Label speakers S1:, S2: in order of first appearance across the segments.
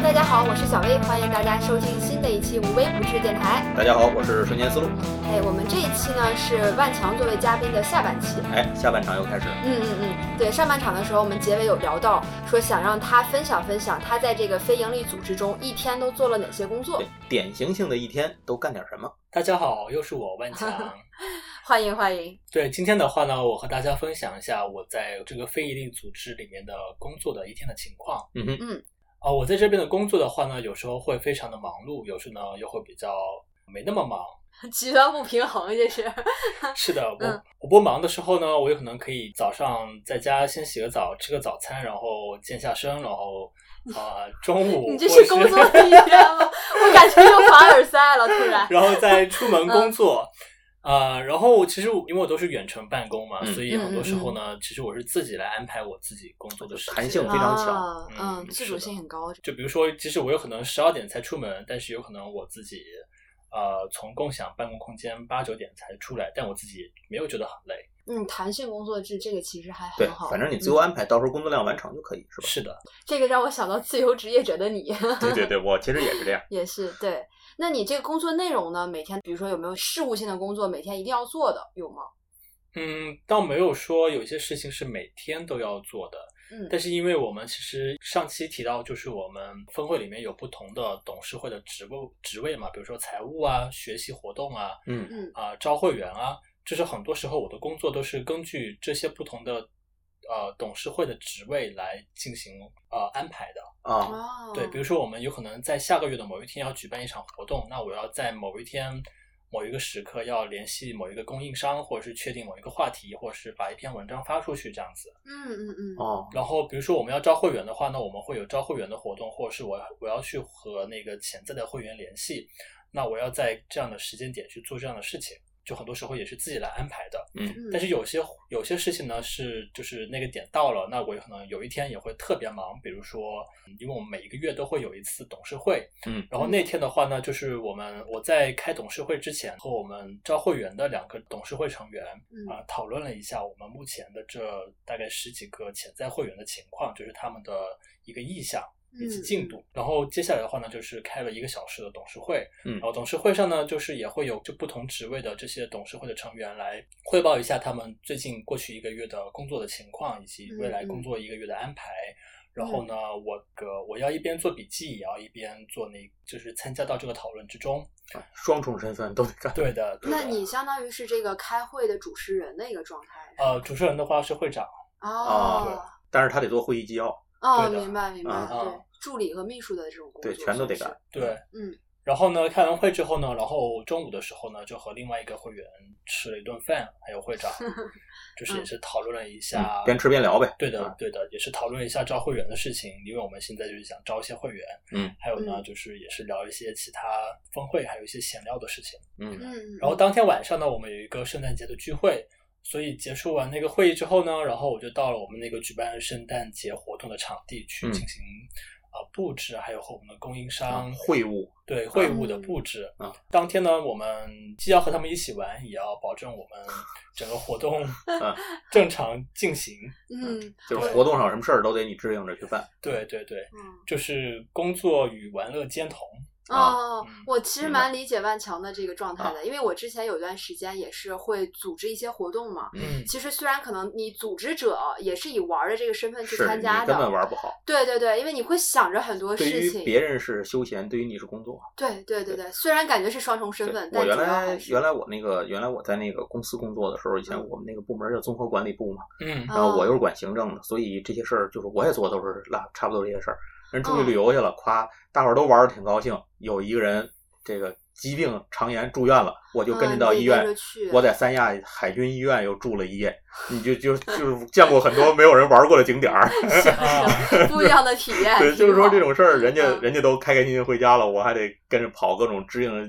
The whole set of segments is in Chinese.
S1: 大家好，我是小薇，欢迎大家收听新的一期无微不至电台。
S2: 大家好，我是瞬间思路。
S1: 哎，我们这一期呢是万强作为嘉宾的下半期。
S2: 哎，下半场又开始。
S1: 嗯嗯嗯，对，上半场的时候我们结尾有聊到，说想让他分享分享他在这个非营利组织中一天都做了哪些工作
S2: 对。，典型性的一天都干点什么？
S3: 大家好，又是我万强。
S1: 欢迎欢迎。
S3: 对，今天的话呢，我和大家分享一下我在这个非营利组织里面的工作的一天的情况。
S2: 嗯哼，
S3: 啊、我在这边的工作的话呢，有时候会非常的忙碌，有时候呢又会比较没那么忙。
S1: 极端不平衡这是。
S3: 是的，我、
S1: 嗯
S3: 我不忙的时候呢，我有可能可以早上在家先洗个澡，吃个早餐，然后健下身，然后啊、中 午
S1: 你这是
S3: 或
S1: 工
S3: 者
S1: 作的一天 吗？我感觉又凡尔赛了，突 然。
S3: 然后再出门
S2: 嗯
S3: 工作。呃，然后其实我因为我都是远程办公嘛，
S2: 嗯
S3: 所以很多时候呢，其实我是自己来安排我自己工作的时间。
S2: 弹性非常强
S1: 啊嗯，
S3: 嗯
S1: 自
S3: 是
S1: 主
S3: 的
S1: 性很高。
S3: 就比如说，即使我有可能十二点才出门，但是有可能我自己呃从共享办公空间八九点才出来，但我自己没有觉得很累。
S1: 嗯，弹性工作制这个其实还
S2: 对
S1: 很好。，
S2: 反正你自由
S1: 嗯
S2: 安排，到时候工作量完成就可以，是吧？
S3: 是的，
S1: 这个让我想到自由职业者的你。
S2: 对对对，我其实也 是这样。
S1: 也是对。那你这个工作内容呢？每天，比如说有没有事务性的工作，每天一定要做的，有吗？
S3: 嗯，倒没有说有些事情是每天都要做的，
S1: 嗯，
S3: 但是因为我们其实上期提到，就是我们分会里面有不同的董事会的职务职位嘛，比如说财务啊、学习活动啊、
S2: 嗯，
S1: 嗯
S3: 啊、招会员啊，就是很多时候我的工作都是根据这些不同的呃董事会的职位来进行呃安排的。
S2: 啊，
S1: 哦，
S3: 对，比如说我们有可能在下个月的某一天要举办一场活动，那我要在某一天某一个时刻要联系某一个供应商，或者是确定某一个话题，或者是把一篇文章发出去这样子。
S1: 嗯嗯嗯，
S2: 哦，
S3: 然后比如说我们要招会员的话，那我们会有招会员的活动，或者是我我要去和那个潜在的会员联系，那我要在这样的时间点去做这样的事情，就很多时候也是自己来安排的。
S1: 嗯
S3: 但是有些有些事情呢是就是那个点到了，那我有可能有一天也会特别忙，比如说嗯因为我们每一个月都会有一次董事会，
S2: 嗯，
S3: 然后那天的话呢，就是我们我在开董事会之前和我们招会员的两个董事会成员
S1: 嗯
S3: 啊、讨论了一下我们目前的这大概十几个潜在会员的情况，就是他们的一个意向。以
S1: 嗯
S3: 及进度，然后接下来的话呢，就是开了一个小时的董事会，
S2: 嗯
S3: 然后董事会上呢，就是也会有就不同职位的这些董事会的成员来汇报一下他们最近过去一个月的工作的情况，以及未来
S1: 嗯嗯嗯
S3: 工作一个月的安排。然后呢，我个我要一边做笔记，也要一边做那，就是参加到这个讨论之中。
S2: 双重身份都得干。
S3: 对的，对的
S1: 那你相当于是这个开会的主持人的一个状态。
S2: 哦
S3: 呃，主持人的话是会长，
S1: 哦
S2: 但是他得做会议纪要，
S1: 哦，
S3: 对的
S1: 明白明白，
S2: 啊
S3: 啊
S1: 对，助理和秘书的这种工作
S2: 对，全都得
S1: 是不是
S2: 干。。
S3: 对，
S1: 嗯
S3: 然后呢，开完会之后呢，然后中午的时候呢，就和另外一个会员吃了一顿饭，还有 会长，就是也是讨论了一下
S1: 啊
S2: 嗯，边吃边聊呗。
S3: 对的
S2: 啊，
S3: 对的，也是讨论一下招会员的事情，因为我们现在就是想招一些会员，
S2: 嗯，
S3: 还有呢，
S1: 嗯
S3: 就是也是聊一些其他峰会，还有一些闲聊的事情。
S1: 嗯
S2: 嗯，
S1: 嗯，
S3: 然后当天晚上呢，我们有一个圣诞节的聚会，所以结束完那个会议之后呢，然后我就到了我们那个举办圣诞节活动的场地去
S2: 嗯
S3: 进行啊、呃布置，还有和我们的供应商、
S2: 啊会务
S3: 对会务的布置
S2: 嗯
S3: 当天呢，我们既要和他们一起玩，也要保证我们整个活动
S2: 嗯
S3: 正常进行。
S1: 嗯
S2: 就是活动上有什么事儿都得你支应着去办。
S3: 对对对，
S1: 嗯
S3: 就是工作与玩乐兼同。
S2: 啊
S1: 哦
S3: 嗯，
S1: 我其实
S2: 明白啊
S1: 蛮理解万强的这个状态的，因为我之前有段时间也是会组织一些活动嘛，
S3: 嗯，
S1: 其实虽然可能你组织者也是以玩儿的这个身份去
S2: 是
S1: 参
S2: 你
S1: 加
S2: 根本
S1: 的，
S2: 玩不好。
S1: 对对对，因为你会想着很多
S2: 对
S1: 事
S2: 于
S1: 情，
S2: 别人是休闲，对于你是工作。
S1: 对对对对，虽然感觉是双重身份，
S2: 我
S1: 但主
S2: 原
S1: 要
S2: 来
S1: 还是
S2: 原来我那个原来我在那个公司工作的时候，以前
S1: 嗯
S2: 我们那个部门叫综合管理部嘛，
S3: 嗯
S1: 啊
S2: 然后我又是管行政的，所以这些事儿就是我也做的都是拉差不多这些事儿。人出去
S1: 嗯
S2: 旅游去了，夸大伙儿都玩的挺高兴，有一个人这个疾病肠炎住院了，我就
S1: 嗯
S2: 跟着到
S1: 你
S2: 医院
S1: 跟着去，
S2: 我在三亚海军医院又住了一夜。你就就
S1: 嗯
S2: 就是见过很多没有人玩过的景 点儿，
S1: 是 不一样的体验。
S2: 对，
S1: 挺
S2: 就是说
S1: 好
S2: 这种事儿，人家
S1: 嗯
S2: 人家都开开心心回家了，我还得跟着跑各种支应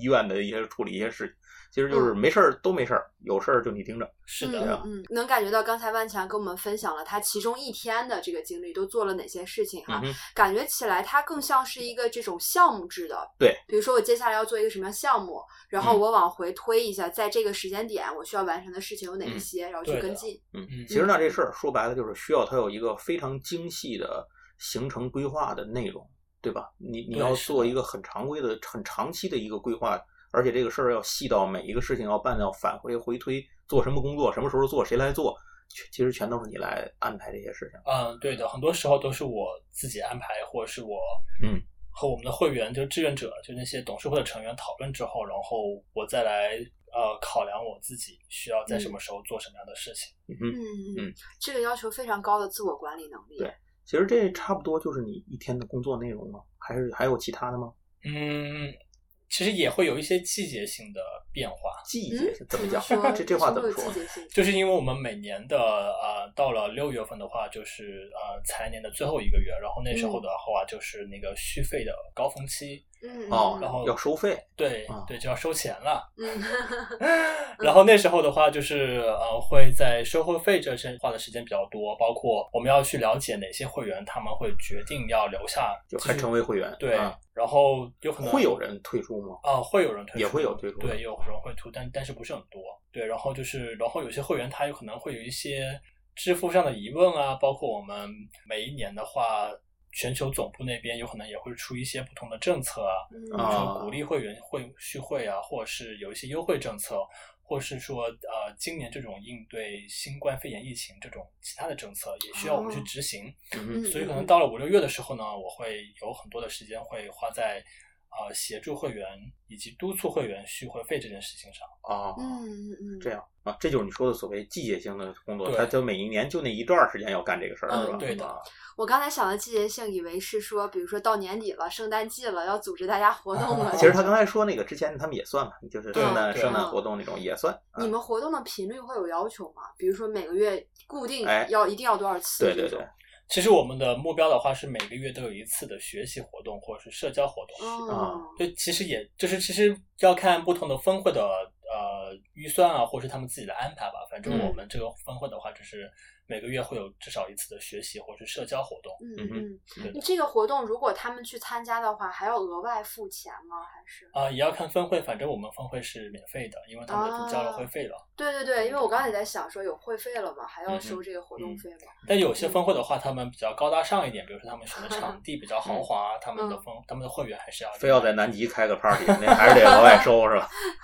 S2: 医院的一些处理一些事情。其实
S1: 嗯
S2: 就是没事儿都没事儿，有事儿就你盯着。
S3: 是
S2: 这
S3: 的
S2: 样，
S1: 嗯嗯，能感觉到刚才万强跟我们分享了他其中一天的这个经历，都做了哪些事情哈、
S2: 嗯哼
S1: 感觉起来它更像是一个这种项目制的。
S2: 对，
S1: 比如说我接下来要做一个什么项目，然后
S2: 嗯
S1: 我往回推一下，在这个时间点我需要完成的事情有哪一
S2: 嗯
S1: 些，然后去
S3: 对的
S1: 跟进。
S2: 嗯
S3: 嗯
S2: 其实呢，这事儿说白了就是需要它有一个非常精细的行程规划的内容。对吧？你你
S3: 对
S2: 要
S3: 是
S2: 做
S3: 的
S2: 一个很常规的、很长期的一个规划，而且这个事儿要细到每一个事情要办到返回回推，做什么工作，什么时候做，谁来做，全其实全都是你来安排这些事情。
S3: 嗯，对的，很多时候都是我自己安排，或者是我
S2: 嗯
S3: 和我们的会员，就是志愿者，就那些董事会的成员讨论之后，然后我再来呃考量我自己需要在什么时候做什么样的事情。
S2: 嗯哼，
S1: 嗯
S2: 嗯，
S1: 这个要求非常高的自我管理能力。
S2: 对其实这差不多就是你一天的工作内容了，还是还有其他的吗？
S3: 嗯，其实也会有一些季节性的变化，
S2: 季节
S1: 嗯，
S2: 怎么讲？
S1: 说
S2: 这这话
S1: 什
S2: 怎么
S1: 时候
S2: 说
S1: 有？季节性？
S3: 就是因为我们每年的呃，到了六月份的话，就是呃财年的最后一个月，然后那时候的话就是那个续费的高峰期，
S1: 嗯，
S2: 哦，
S3: 然后
S2: 要收费，
S3: 对、
S2: 啊
S3: 对，就要收钱 了。
S1: 嗯，
S3: 然后那时候的话，就是呃会在收会费这身花的时间比较多，包括我们要去了解哪些会员他们会决定要留下，
S2: 就还成为会员。
S3: 对，
S2: 啊
S3: 然后有可能
S2: 会有人退出吗？
S3: 啊，会有人退出，
S2: 也会有退出的
S3: 对，也有人会退出，但但是不是很多。对，然后就是，然后有些会员他有可能会有一些支付上的疑问啊，包括我们每一年的话，全球总部那边有可能也会出一些不同的政策啊，比如
S1: 嗯
S2: 啊
S3: 说鼓励会员会续会啊，或者是有一些优惠政策，或是说呃，今年这种应对新冠肺炎疫情这种其他的政策也需要我们去
S1: 哦
S3: 执行。
S2: 嗯
S1: 嗯
S2: 哼，
S3: 所以可能到了五六月的时候呢，我会有很多的时间会花在呃协助会员以及督促会员续会费这件事情上。
S2: 啊，
S1: 嗯嗯嗯，
S2: 这样啊，这就是你说的所谓季节性的工作，
S3: 对
S2: 他就每一年就那一段儿时间要干这个事儿，
S3: 嗯
S2: 是吧？
S3: 对的
S2: 啊
S1: 我刚才想的季节性，以为是说，比如说到年底了，圣诞季了，要组织大家活动了。
S2: 啊其实他刚才说那个之前他们也算嘛，就是
S3: 对
S2: 圣诞
S3: 对
S2: 圣诞
S1: 嗯
S2: 活动那种也算。啊
S1: 你们活动的频率会有要求吗？比如说每个月固定
S2: 哎
S1: 要一定要多少次？
S2: 对对对，，
S3: 其实我们的目标的话是每个月都有一次的学习活动或者是社交活动。
S1: 哦
S2: 啊，
S3: 就其实也就是其实要看不同的分会的呃预算啊，或是他们自己的安排吧。反正
S1: 嗯
S3: 我们这个分会的话，就是每个月会有至少一次的学习或是社交活动。
S1: 嗯
S2: 嗯
S1: 嗯
S2: 哼
S3: 对
S1: 嗯，这个活动如果他们去参加的话，还要额外付钱吗？还是？
S3: 啊、也要看分会，反正我们分会是免费的，因为他们已经交了会费了。
S1: 对对对，因为我刚才也在想说，有会费了吗？还要
S2: 嗯嗯
S1: 收这个活动费吗？
S3: 但有些分会的话，他们比较高大上一点，比如说他们选的场地比较豪华啊，他们的分他们的会员还是要
S2: 非要在南极开个 party，那还是得额外收是吧？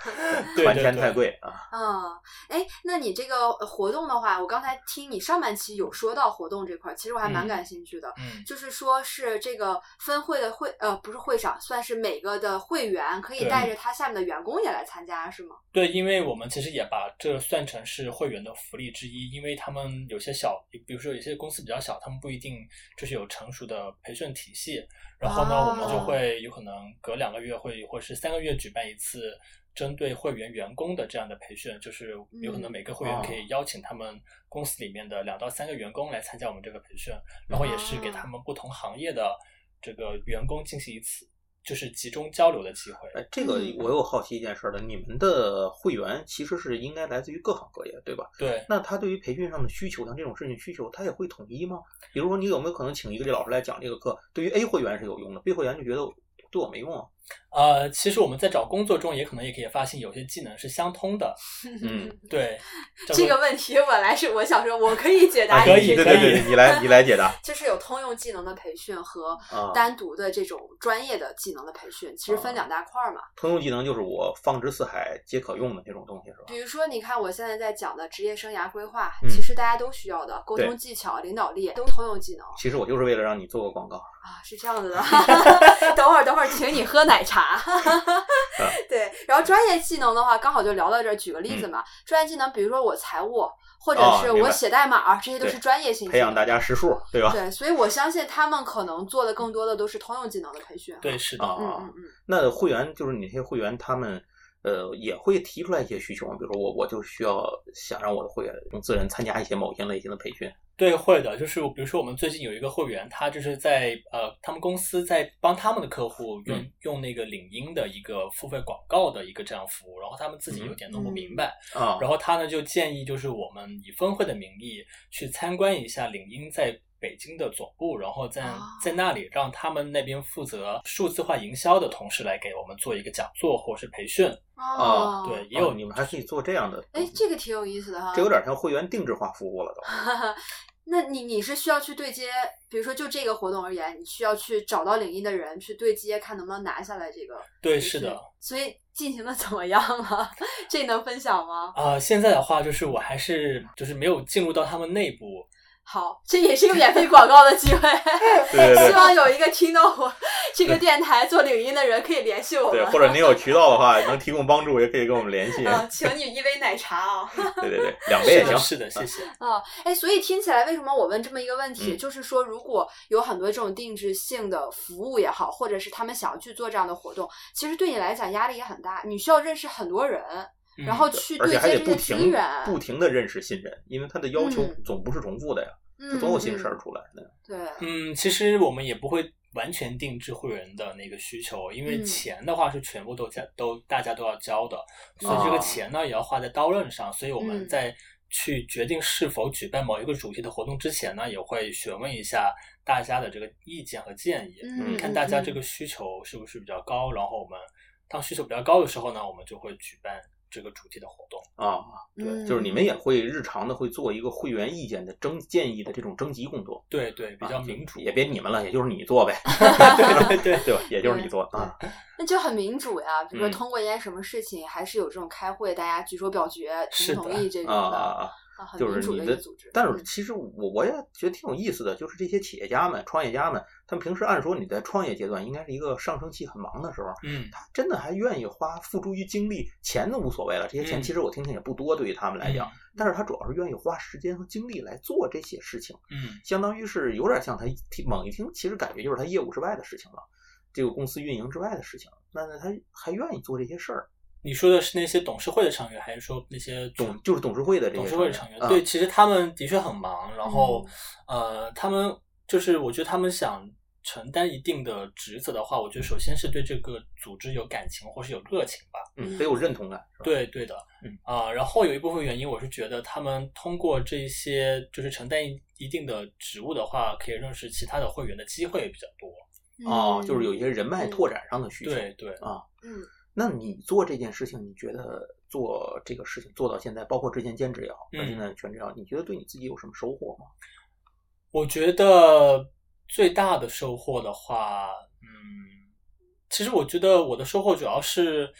S3: 对
S2: 还
S3: 对
S2: 钱
S3: 对
S2: 太贵啊。
S1: 嗯，哎，那你这个呃活动的话，我刚才听你上半期有说到活动这块儿，其实我还蛮
S3: 嗯
S1: 感兴趣的。
S3: 嗯，
S1: 就是说是这个分会的会呃不是会长，算是每个的会员可以
S3: 对
S1: 带着他下面的员工也来参加是吗？
S3: 对，因为我们其实也把这算成是会员的福利之一，因为他们有些小，比如说有些公司比较小，他们不一定就是有成熟的培训体系，然后呢，
S1: 啊
S3: 我们就会有可能隔两个月会或是三个月举办一次。针对会员员工的这样的培训，就是有可能每个会员
S2: 嗯
S3: 可以邀请他们公司里面的两到三个员工来参加我们这个培训，然后也是给他们不同行业的这个员工进行一次就是集中交流的机会。
S2: 哎，这个
S1: 嗯
S2: 我又好奇一件事儿了，你们的会员其实是应该来自于各行各业，对吧？
S3: 对，
S2: 那他对于培训上的需求，像这种事情需求，他也会统一吗？比如说，你有没有可能请一个这老师来讲这个课？对于 A 会员是有用的，B 会员就觉得对我没用啊。
S3: 呃，其实我们在找工作中也可能也可以发现有些技能是相通的，
S2: 嗯，
S3: 对，叫
S1: 这
S3: 做
S1: 个问题本来是我想说我可以解答
S2: 啊
S1: 你
S3: 可
S1: 这
S3: 以
S1: 个，
S2: 对对对，你来你来解 答
S1: 就是有通用技能的培训和
S2: 啊。
S1: 单独的这种专业的技能的培训，其实分
S2: 啊
S1: 两大块儿嘛。
S2: 通用技能就是我放之四海皆可用的那种东西，是吧？
S1: 比如说，你看我现在在讲的职业生涯规划，
S2: 嗯
S1: 其实大家都需要的，沟
S2: 对
S1: 通技巧、领导力都通用技能
S2: 其实我就是为了让你做个广告。
S1: 啊，是这样子的。 等会儿，等会儿，请你喝奶茶。 对，然后专业技能的话，刚好就聊到这儿。举个例子嘛，专业技能，比如说我财务，或者
S2: 嗯哦
S1: 是
S2: 明
S1: 我
S2: 白
S1: 写代码，这些都
S2: 对
S1: 是专业性技
S2: 培养
S1: 能。
S2: 大家识数，对吧？
S1: 对，所以我相信他们可能做的更多的都是通用技能的培训。，
S3: 对是的，
S2: 啊
S1: 嗯嗯嗯。
S2: 那会员就是你那些会员，他们呃也会提出来一些需求吗？比如说我我就需要想让我的会员用自人参加一些某些类型的 培训，
S3: 对会的，就是比如说我们最近有一个会员，他就是在呃他们公司在帮他们的客户用、
S2: 嗯
S3: 用那个领英的一个付费广告的一个这样服务，然后他们自
S2: 嗯
S3: 己有点
S1: 嗯
S3: 弄不明白，
S2: 啊
S3: 然后他呢就建议就是我们以分会的名义去参观一下领英在北京的总部，然后在、
S1: 哦
S3: 在那里让他们那边负责数字化营销的同事来给我们做一个讲座或是培训。
S1: 哦，
S3: 对，也
S2: 也
S3: 有、
S2: 有你们还可以做这样的，
S1: 哎，这个挺有意思的哈。
S2: 这有点像会员定制化服务了都。
S1: 那你你是需要去对接，比如说就这个活动而言，你需要去找到领域的人去对接，看能不能拿下来这个。
S3: 对，是的。
S1: 所以进行的怎么样了？这能分享吗？
S3: 啊、呃，现在的话就是我还是就是没有进入到他们内部。
S1: 好，这也是一个 免费广告的机会。
S2: 对对对
S1: 希望有一个听到我这个电台做领音的人可以联系我们。
S2: 对，或者您有渠道的话，能提供帮助，也可以跟我们 联系。
S1: 嗯，请你一杯奶茶啊、
S2: 哦。对对对，两杯也行。
S3: 是的，谢谢。
S1: 啊，哎，所以听起来为什么我问这么一个问题，嗯、就是说，如果有很多这种定制性的服务也好，或者是他们想要去做这样的活动，其实对你来讲压力也很大，你需要认识很多人。
S3: 嗯
S1: 然后去对接这些资源，
S2: 嗯、不停的认识新人，因为他的要求总不是重复的呀，
S1: 嗯、
S2: 总有新事儿出来的。
S1: 对，
S3: 嗯，其实我们也不会完全定制会员的那个需求，因
S1: 嗯
S3: 为钱的话是全部都交，都大家都要交的，所以这个钱呢、
S2: 哦、
S3: 也要花在刀刃上。所以我
S1: 嗯
S3: 们在去决定是否举办某一个主题的活动之前呢，也会询问一下大家的这个意见和建议，
S1: 嗯、
S3: 看大家这个需求是不是比较高。然后我们当需求比较高的时候呢，我们就会举办。这个主题的活动
S2: 啊，
S1: 嗯
S3: 对，
S2: 就是你们也会日常的会做一个会员意见的征建议的这种征集工作，啊
S3: 对对，比较民主，
S2: 也别你们了，也就是你 做呗，
S3: 对对
S2: 对吧？也就是你
S1: 嗯
S2: 做啊，
S1: 那就很民主呀。比如说
S2: 嗯
S1: 通过一件什么事情，还是有这种开会，大家举手表决同不同意这种
S2: 啊，就是你
S1: 的
S2: 组织。但
S1: 嗯
S2: 是其实我我也觉得挺有意思的，就是这些企业家们、创业家们，他们平时按说你在创业阶段应该是一个上升期很忙的时候，
S3: 嗯，
S2: 他真的还愿意花付诸于精力，钱都无所谓了，这些钱其实我听听也不多，对于他们来讲，
S3: 嗯、
S2: 但是他主要是愿意花时间和精力来做这些事情，
S3: 嗯，
S2: 相当于是有点像他猛一听，其实感觉就是他业务之外的事情了，这个公司运营之外的事情，那他还愿意做这些事儿。
S3: 你说的是那些董事会的成员，还是说那些
S2: 董就是董事会的这
S3: 董事会成员？
S2: 嗯、
S3: 对，其实他们的确很忙，然后、嗯、呃，他们就是我觉得他们想承担一定的职责的话，我觉得首先是对这个组织有感情或是有热情吧，
S2: 嗯，得有认同感。
S3: 对对的，
S2: 嗯
S3: 啊、呃，然后有一部分原因，我是觉得他们通过这些就是承担一定的职务的话，可以认识其他的会员的机会比较多。
S2: 啊、哦，就是有一些人脉拓展上的需求。
S3: 对对
S2: 啊，
S1: 嗯。
S2: 那你做这件事情，你觉得做这个事情做到现在，包括之前兼职也好，
S3: 嗯、
S2: 现在全职也好，你觉得对你自己有什么收获吗？
S3: 我觉得最大的收获的话，嗯，其实我觉得我的收获主要是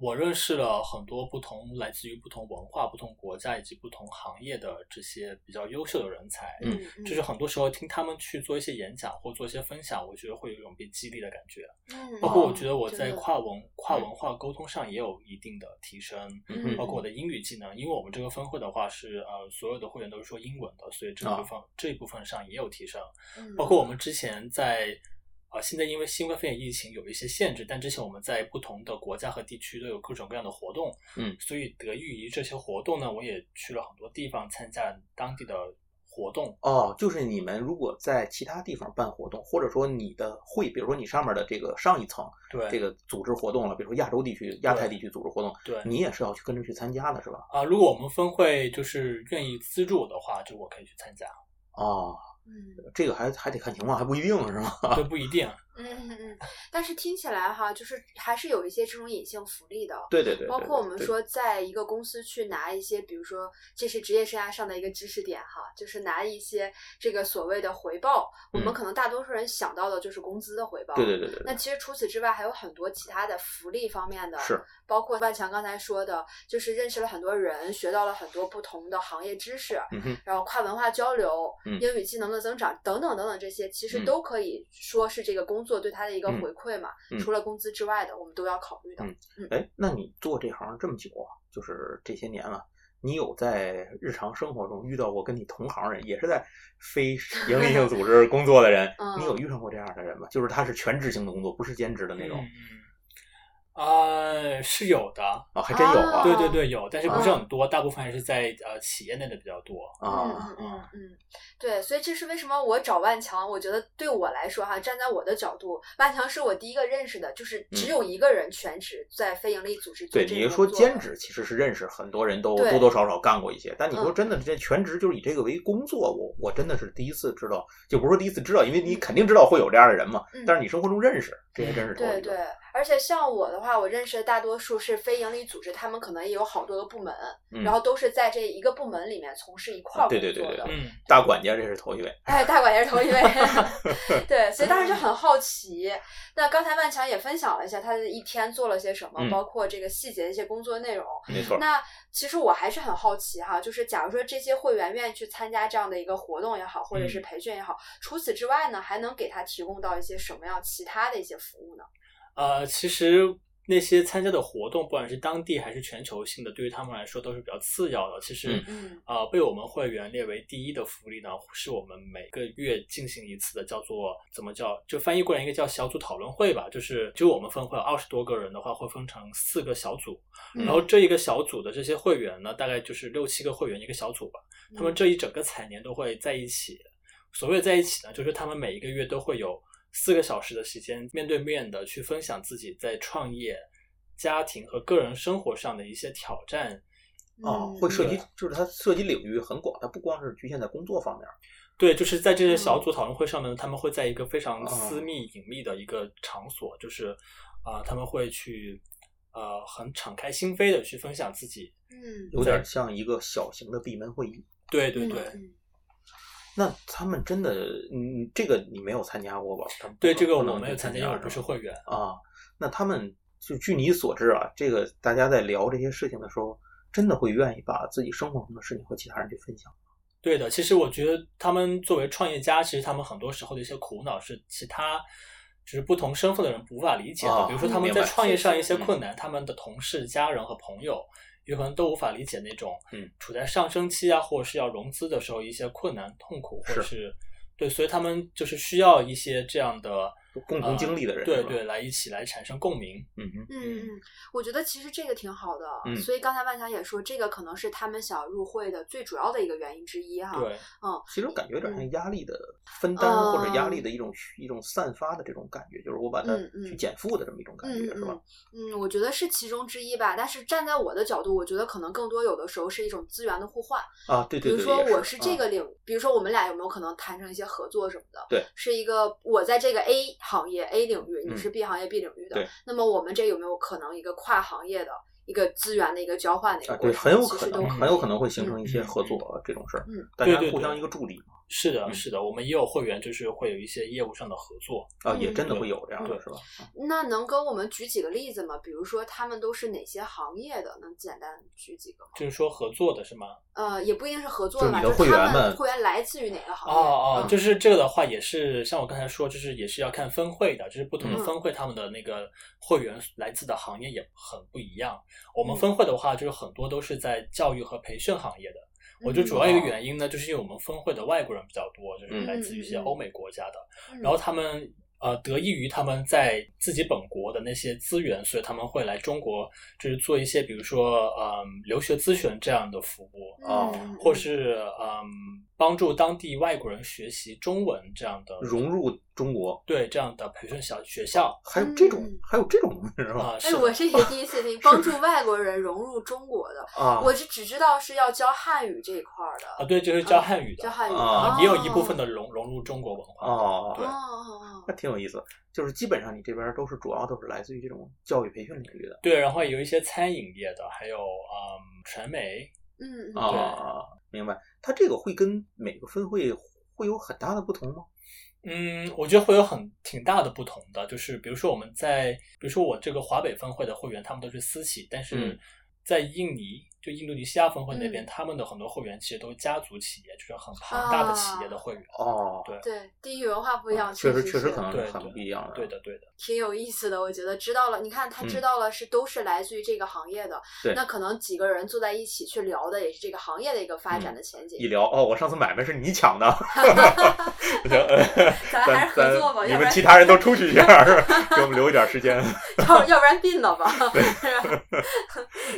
S3: 我认识了很多不同来自于不同文化、不同国家以及不同行业的这些比较优秀的人才。
S2: 嗯，
S3: 就是很多时候听他们去做一些演讲或做一些分享，我觉得会有一种被激励的感觉。
S1: 嗯，
S3: 包括我觉得我在
S1: 哦
S3: 跨文跨文化沟通上也有一定的提升，
S2: 嗯
S3: 包括我的英语技能，因为我们这个分会的话是呃所有的会员都是说英文的，所以这
S2: 啊
S3: 部分、这一部分上也有提升。
S1: 嗯
S3: 包括我们之前在啊、呃现在因为新冠肺炎疫情有一些限制，但之前我们在不同的国家和地区都有各种各样的活动，
S2: 嗯
S3: 所以得益于这些活动呢，我也去了很多地方参加当地的活动，
S2: 哦，就是你们如果在其他地方办活动，或者说你的会，比如说你上面的这个上一层
S3: 对
S2: 这个组织活动了，比如说亚洲地区、亚太地区组织活动，
S3: 对。
S2: 你也是要去跟着去参加的，是吧？
S3: 啊、如果我们分会就是愿意资助我的话，就我可以去参加，
S2: 哦，
S1: 嗯
S2: 这个还还得看情况，还不一定是吗？
S3: 这不一定。啊
S1: 嗯嗯嗯，但是听起来哈，就是还是有一些这种隐性福利的，
S2: 对对对，
S1: 包括我们
S2: 对，
S1: 说，在一个公司去拿一些，比如说这是职业生涯上的一个知识点哈，就是拿一些这个所谓的回报。我们
S2: 嗯
S1: 可能大多数人想到的就是工资的回报。
S2: 对对对对对，
S1: 那其实除此之外，还有很多其他的福利方面的，
S2: 是
S1: 包括万强刚才说的，就是认识了很多人，学到了很多不同的行业知识，
S2: 嗯哼，
S1: 然后跨文化交流、
S2: 嗯
S1: 英语技能的增长等等等等，这些其实
S2: 嗯
S1: 都可以说是这个工作对他的一个
S2: 嗯
S1: 回馈嘛。
S2: 嗯
S1: 除了工资之外的，我们都要考虑的。，
S2: 嗯哎，那你做这行这么久啊，就是这些年了、你有在日常生活中遇到过跟你同行人，也是在非盈利性组织工作的人
S1: 嗯
S2: 你有遇上过这样的人吗？就是他是全职性的工作，不是兼职的那种
S3: 嗯嗯啊，是有的，
S2: 啊，还真有啊
S3: 对对对，有，但是不是很多，大部分还是在呃企业内的比较多。
S2: 啊，
S1: 嗯嗯嗯嗯，对，所以这是为什么我找万强，我觉得对我来说哈，站在我的角度，万强是我第一个认识的，就是只有一个人全职在非盈利组织做
S2: 嗯对，
S1: 这
S2: 你
S1: 个
S2: 就说
S1: 工作的
S2: 兼，职其实是认识很多人都
S1: 对
S2: 多多少少干过一些，但你说
S1: 嗯
S2: 真的，这全职就是以这个为工作，我我真的是第一次知道，就不是说第一次知道，因为你肯定知道会有这样的人嘛，
S1: 嗯
S2: 但是你生活中认识，这还真是头
S1: 对
S2: 一个
S1: 对，而且像我的话，我认识的大多数是非营利组织，他们可能也有好多个部门，
S2: 嗯
S1: 然后都是在这一个部门里面从事一块儿
S2: 啊对
S1: 工
S2: 对对
S1: 作
S2: 对
S1: 的。
S3: 嗯，
S2: 大管家这是头一位，
S1: 哎，大管也是头 一位，对，所以当时就很好奇。那刚才万强也分享了一下他的一天做了些什么，
S2: 嗯
S1: 包括这个细节的一些工作内容。
S2: 没错。
S1: 那其实我还是很好奇哈，就是假如说这些会员愿意去参加这样的一个活动也好，或者是
S3: 嗯
S1: 培训也好，除此之外呢，还能给他提供到一些什么样其他的一些服务呢？
S3: 呃，其实那些参加的活动，不管是当地还是全球性的，对于他们来说都是比较次要的。其实
S2: 嗯，
S1: 嗯
S3: 呃，被我们会员列为第一的福利呢，是我们每个月进行一次的，叫做怎么叫，就翻译过来应该叫小组讨论会吧。就是，就我们分会二十多个人的话，会分成四个小组，
S1: 嗯
S3: 然后这一个小组的这些会员呢，大概就是六七个会员一个小组吧。他
S1: 嗯
S3: 们这一整个财年都会在一起。所谓在一起呢，就是他们每一个月都会有四个小时的时间，面对面的去分享自己在创业、家庭和个人生活上的一些挑战。
S2: 啊，
S1: 嗯
S2: 会涉及，就是它涉及领域很广，它不光是局限在工作方面。
S3: 对，就是在这些小组讨论会上面，他们会在一个非常私密、隐秘的一个场所，就是啊、他们会去呃很敞开心扉的去分享自己。
S1: 嗯，
S2: 有点像一个小型的闭门会议。
S3: 对对对，
S1: 嗯
S2: 那他们真的，嗯，这个你没有参加过吧？他们不
S3: 对
S2: 可
S3: 这个
S2: 不能
S3: 我没有
S2: 去
S3: 参加，因为
S2: 加，
S3: 我不是
S2: 吧
S3: 会员。
S2: 啊。那他们就据你所知啊，这个大家在聊这些事情的时候，真的会愿意把自己生活中的事情和其他人去分享。
S3: 对的，其实我觉得他们作为创业家，其实他们很多时候的一些苦恼是其他就是不同身份的人无法理解的。
S2: 啊
S3: 比如说他们
S2: 明
S3: 在
S2: 白
S3: 创业上一些
S2: 是是嗯
S3: 困难，他们的同事、家人和朋友有可能都无法理解那种
S2: 嗯
S3: 处在上升期啊，或者是要融资的时候一些困难、痛苦，或者
S2: 是
S3: 是对，所以他们就是需要一些这样的
S2: 共同经历的人
S3: 啊对
S2: 是吧
S3: 对，来一起来产生共鸣。
S2: 嗯哼，
S1: 嗯，嗯，我觉得其实这个挺好的，
S2: 嗯
S1: 所以刚才万强也说，这个可能是他们想入会的最主要的一个原因之一哈。嗯
S3: 对，
S2: 其实感觉有点
S3: 嗯
S2: 像压力的分
S1: 哦
S2: 担或者压力的一种一种散发的这种感觉，就是我把它
S1: 嗯嗯
S2: 去减负的这么一种感
S1: 嗯
S2: 觉，是吧
S1: 嗯？嗯，我觉得是其中之一吧。但是站在我的角度，我觉得可能更多有的时候是一种资源的互换。
S2: 啊，对对对，
S1: 嗯比如说
S2: 也
S1: 我
S2: 是
S1: 是这
S2: 啊
S1: 个领，比如说我们俩有没有可能谈成一些合作什么的？
S2: 对，
S1: 是一个我在这个 A 行业 A 领域，你
S2: 嗯
S1: 是 B 行业 B 领域的，
S2: 对
S1: 那么我们这有没有可能一个跨行业的一个资源的一个交换的一
S2: 啊
S1: 个，过
S2: 对，
S1: 程？
S2: 很有
S1: 其
S2: 可
S1: 实都
S2: 能，
S1: 可
S2: 很有
S1: 以
S2: 可能会形成一些
S3: 嗯
S2: 合作啊这种事儿，
S1: 嗯
S2: 大
S3: 对
S2: 家
S3: 对
S2: 互
S3: 对
S2: 相一个助力嘛，
S3: 是的，
S2: 嗯
S3: 是的，我们也有会员，就是会有一些业务上的合作。
S2: 啊，
S1: 嗯
S2: 也真的
S3: 对
S2: 会有这样的
S3: 对
S2: 是吧？
S1: 那能跟我们举几个例子吗？比如说他们都是哪些行业的？能简单举几个吗？
S3: 就是说合作的是吗？
S1: 呃，也不一定是合作
S2: 就
S1: 吧，
S2: 你的
S1: 就是
S2: 会员
S1: 他们
S2: 们
S1: 会员来自于哪个行业？
S3: 哦哦，
S1: 嗯
S3: 就是这个的话，也是像我刚才说，就是也是要看分会的，就是不同的
S1: 嗯
S3: 分会他们的那个会员来自的行业也很不一样。我们
S1: 嗯
S3: 分会的话，就是很多都是在教育和培训行业的。我觉得主要一个原因呢，就是因为我们分会的外国人比较多，就是来自于一些
S1: 嗯哦嗯嗯嗯
S3: 欧美国家的，
S1: 嗯
S3: 然后他们呃得益于他们在自己本国的那些资源，所以他们会来中国，就是做一些比如说嗯、留学咨询这样的服务。
S2: 哦
S1: 嗯
S3: 或是嗯帮助当地外国人学习中文这样的
S2: 融入中国，
S3: 对这样的培训小学校
S2: 还有这种
S1: 嗯
S2: 还有这种东西是吧？
S3: 啊、
S1: 哎，
S3: 是
S1: 我这也第一次 听，帮助外国人融入中国的，
S2: 啊，
S1: 我是只知道是要教汉语这一块儿
S3: 啊
S1: 的，
S3: 对，就是教汉语的，
S1: 教哦汉语
S2: 啊
S3: 也有一部分的融融入中国文化。
S2: 哦，
S3: 对
S1: 哦，
S2: 那挺有意思，就是基本上你这边都是主要都是来自于这种教育培训领域的
S3: 对，然后有一些餐饮业的，还有嗯传媒，
S1: 嗯，嗯
S2: 啊啊，啊明白？它这个会跟每个分会会有很大的不同吗？
S3: 嗯，我觉得会有很挺大的不同的，就是比如说我们在，比如说我这个华北分会的会员，他们都是私企，但是
S2: 嗯
S3: 在印尼，就印度尼西亚分会那边，
S1: 嗯
S3: 他们的很多会员其实都是家族企业，就是很庞
S1: 啊
S3: 大的企业的会员。
S2: 哦，
S3: 对
S1: 对，地域文化不一样，
S2: 啊确
S1: 实
S2: 确实
S1: 是
S2: 可能
S3: 对
S2: 是很不一样的，
S3: 对的，对的，
S1: 挺有意思的，我觉得知道了。你看他
S2: 嗯
S1: 知道了是都是来自于这个行业的，
S2: 对
S1: 那可能几个人坐在一起去聊的也是这个行业的一个发展
S2: 嗯
S1: 的前
S2: 一
S1: 景。
S2: 聊哦，我上次买卖是你抢的， 我想，呃
S1: 咱还是合作吧，
S2: 你
S1: 要不
S2: 们
S1: 然
S2: 其他人都出去一下，给我们留一点时间。 嗯
S1: 要要不然并了 吧，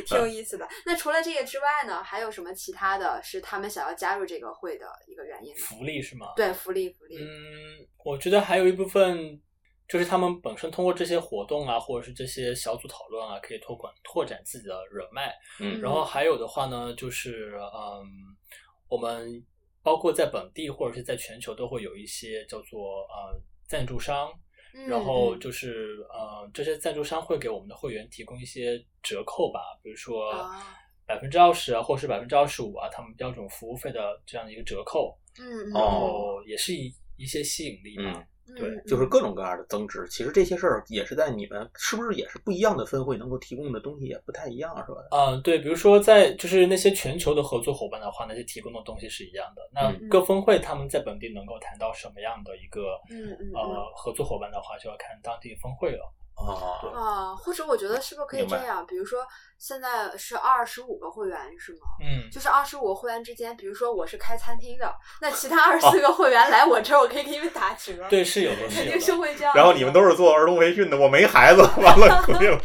S1: 挺有意思的。那除了这个之外呢，还有什么其他的是他们想要加入这个会的一个原因呢？
S3: 福利是吗？
S1: 对，福利福利，
S3: 嗯，我觉得还有一部分就是他们本身通过这些活动啊，或者是这些小组讨论啊，可以拓展拓展自己的人脉。
S2: 嗯
S3: 然后还有的话呢，就是嗯，我们包括在本地或者是在全球都会有一些叫做呃赞助商。
S1: 嗯
S3: 然后
S1: 嗯
S3: 就是呃，这些赞助商会给我们的会员提供一些折扣吧，比如说
S1: 啊
S3: 百分之二十啊，或是百分之二十五啊，他们标准服务费的这样的一个折扣，
S1: 嗯嗯
S3: 然
S2: 哦
S3: 后也是一一些吸引力吧。
S1: 嗯
S3: 对
S1: 嗯
S2: 就是各种各样的增值。其实这些事儿也是在你们是不是也是不一样的分会能够提供的东西也不太一样，啊是吧？
S3: 嗯、对，比如说在就是那些全球的合作伙伴的话，那些提供的东西是一样的。那
S2: 嗯
S3: 各峰会他们在本地能够谈到什么样的一个
S1: 嗯嗯
S3: 呃合作伙伴的话，就要看当地峰会了。
S2: 啊，
S1: 啊，或者我觉得是不是可以
S2: 明
S1: 这
S2: 白
S1: 样？比如说现在是二十五个会员是吗？
S3: 嗯，
S1: 就是二十五个会员之间，比如说我是开餐厅的，那其他二十
S2: 哦
S1: 四个会员来我这儿，我可以给你们打折。，
S3: 对，是有的，是
S1: 肯
S3: 有
S1: 定
S3: 的。
S1: 是 会这样的。
S2: 然后你们都是做儿童培训的，我没孩子，完了革命了。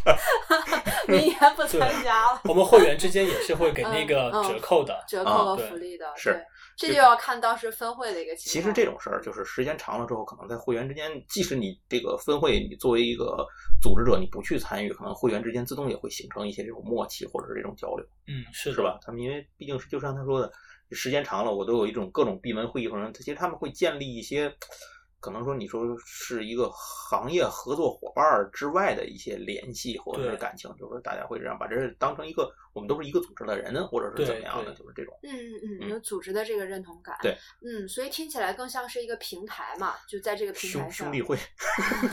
S1: 明年不参加了，
S3: 我们会员之间也是会给那个
S1: 嗯嗯
S3: 折扣的。
S1: 折扣和
S3: 对
S1: 福利的，
S2: 啊是
S1: 对，这就要看当时分会的一个情
S2: 其
S1: 况。
S2: 实这种事儿就是时间长了之后，可能在会员之间，即使你这个分会，你作为一个组织者，你不去参与，可能会员之间自动也会形成一些这种默契或者是这种交流，
S3: 嗯，是
S2: 是
S3: 的
S2: 吧？？他们因为毕竟是就像他说的，时间长了，我都有一种各种闭门会议或者其实他们会建立一些，可能说你说是一个行业合作伙伴儿之外的一些联系或者是
S3: 对
S2: 感情，就是大家会这样把这当成一个我们都是一个组织的人，或者是
S3: 对
S2: 怎么样的，
S3: 对
S2: 就是这种。
S1: 嗯嗯
S2: 嗯
S1: 嗯，有组织的这个认同感。
S2: 对，
S1: 嗯，所以听起来更像是一个平台嘛，就在这个平台
S2: 兄
S1: 上
S2: 兄弟。 会，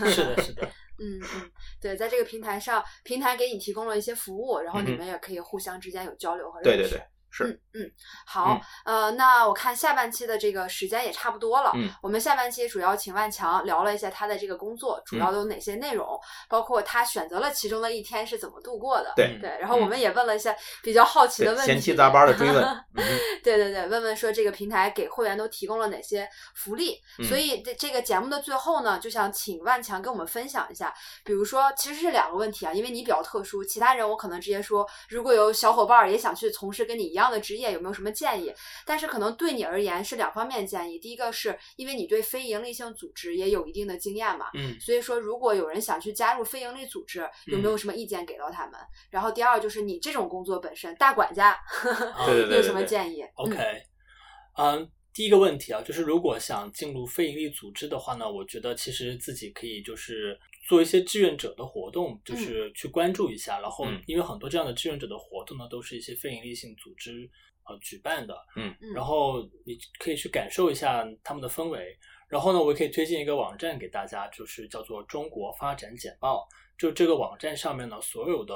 S3: 是的，是的。
S1: 嗯嗯，对，在这个平台上，平台给你提供了一些服务，然后
S2: 嗯
S1: 你
S2: 哼
S1: 们也可以互相之间有交流和认
S2: 对
S1: 识。
S2: 对对，是。
S1: 嗯嗯，好，呃，那我看下半期的这个时间也差不多了。
S2: 嗯
S1: 我们下半期主要请万强聊了一下他的这个工作，主要
S2: 嗯
S1: 都有哪些内容，包括他选择了其中的一天是怎么度过的。
S2: 对
S1: 对，然后
S2: 嗯
S1: 我们也问了一些比较好奇的
S2: 对，
S1: 问题，
S2: 闲七杂八的 追问，嗯
S1: 对对对，问问说这个平台给会员都提供了哪些福利？
S2: 嗯
S1: 所以这这个节目的最后呢，就想请万强跟我们分享一下，比如说其实是两个问题啊，因为你比较特殊，其他人我可能直接说，如果有小伙伴儿也想去从事跟你一样的职业，有没有什么建议？但是可能对你而言是两方面建议，第一个是因为你对非营利性组织也有一定的经验嘛，
S3: 嗯
S1: 所以说，如果有人想去加入非营利组织，有没有什么意见给到他们？然后第二就是你这种工作本身，大管家，
S2: 对对对
S1: 你有什么建议
S3: ，OK。嗯，第一个问题啊，就是如果想进入非营利组织的话呢，我觉得其实自己可以就是做一些志愿者的活动，就是去关注一下。然后
S2: 嗯，
S3: 因为很多这样的志愿者的活动呢，都是一些非营利性组织呃举办的，
S1: 嗯，
S3: 然后你可以去感受一下他们的氛围。然后呢，我也可以推荐一个网站给大家，就是叫做《中国发展简报》。就这个网站上面呢，所有的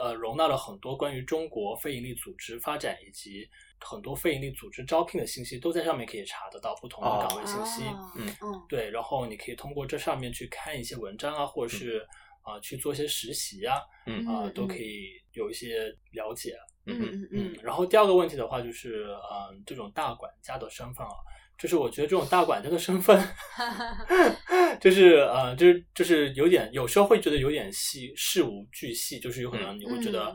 S3: 呃容纳了很多关于中国非营利组织发展以及很多非营利组织招聘的信息，都在上面可以查得到不同的
S2: 哦
S3: 岗位信息。
S1: 哦
S2: 嗯
S1: 嗯
S3: 对，然后你可以通过这上面去看一些文章啊，或者是啊、呃去做一些实习啊，
S2: 嗯
S3: 啊、
S1: 嗯
S3: 都可以有一些了解。
S1: 嗯
S2: 嗯
S1: 嗯嗯，
S3: 然后第二个问题的话，就是嗯、呃这种大管家的身份啊，就是我觉得这种大管家的身 份，就是呃，就是就是有点，有时候会觉得有点细，事无巨细，就是有可能你会觉得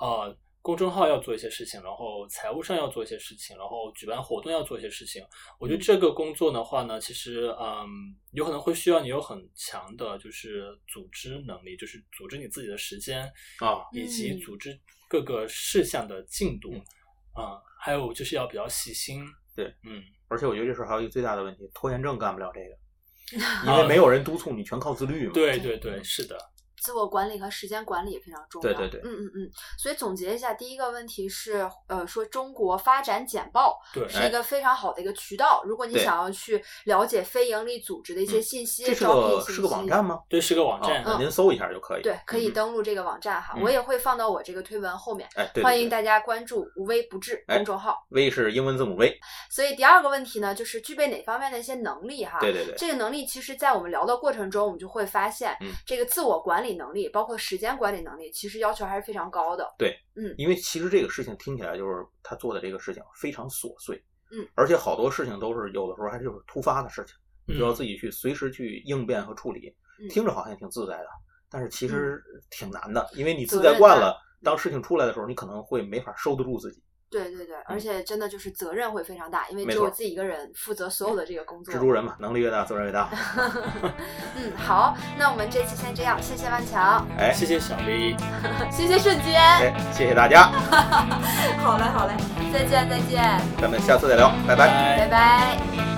S1: 嗯，
S3: 呃，公众号要做一些事情，然后财务上要做一些事情，然后举办活动要做一些事情。我
S1: 嗯
S3: 觉得这个工作的话呢，其实嗯，有可能会需要你有很强的，就是组织能力，就是组织你自己的时间，
S2: 啊，
S3: 以及
S1: 嗯
S3: 组织各个事项的进度
S2: 嗯，
S3: 啊、还有就是要比较细心。
S2: 对，
S3: 嗯，
S2: 而且我觉得这事儿还有一个最大的问题，拖延症干不了这个，因
S3: 啊
S2: 为没有人督促你，全靠自律嘛。
S3: 对
S1: 对
S3: 对对，是的，
S1: 自我管理和时间管理也非常重要。
S2: 对对对
S1: 嗯嗯嗯。所以总结一下，第一个问题是，呃，说中国发展简报
S3: 对，
S2: 嗯
S1: 是一个非常好的一个渠道，如果你
S2: 哎对
S1: 想要去了解非营利组织的一些
S2: 嗯
S1: 信息，
S2: 这是
S1: 招聘
S2: 个
S1: 信息，嗯
S2: 是个网站吗？
S3: 对，是个网
S2: 啊
S3: 站，，
S2: 那您搜一下就可以。
S1: 对，可以
S2: 嗯。
S1: 登录这个网站哈，
S2: 嗯
S1: 我也会放到我这个推文后面。
S2: 哎，对，
S1: 欢迎
S2: 家。
S1: 大家关注“无微不至”
S2: 哎
S1: 公众号。
S2: V 是英文字母 V，
S1: 所以第二个问题呢，就是具备哪方面的一些能力哈？
S2: 对对对，
S1: 这个能力，其实，在我们聊的过程中，我们就会发现，
S2: 嗯
S1: 这个自我管理能力，包括时间管理能力，其实要求还是非常高的。
S2: 因为其实这个事情听起来就是他做的这个事情非常琐碎，
S1: 嗯，
S2: 而且好多事情都是有的时候还是就是突发的事情，你就要
S3: 嗯
S2: 自己去随时去应变和处理。
S1: 嗯
S2: 听着好像挺自在的，但是其实挺难的，因为你自
S1: 责
S2: 在
S1: 任嗯
S2: 惯
S1: 大
S2: 了，当事情出来的时候，你可能会没法收得住自己，
S1: 对对对，而且真的就是责任会非常大，因为
S2: 嗯没
S1: 只有
S2: 错嗯
S1: 自己一个人负责所有的这个工作
S2: 蜘。蛛人嘛，能力越大，责任 越大。
S1: 嗯，好，那我们这期先这样，谢谢万强，
S2: 哎，
S3: 谢谢小黎，
S1: 谢谢瞬 间。
S2: 哎，谢谢大家，
S1: 好嘞好嘞，再见再见，
S2: 咱们下次再聊，拜拜。
S1: 拜拜。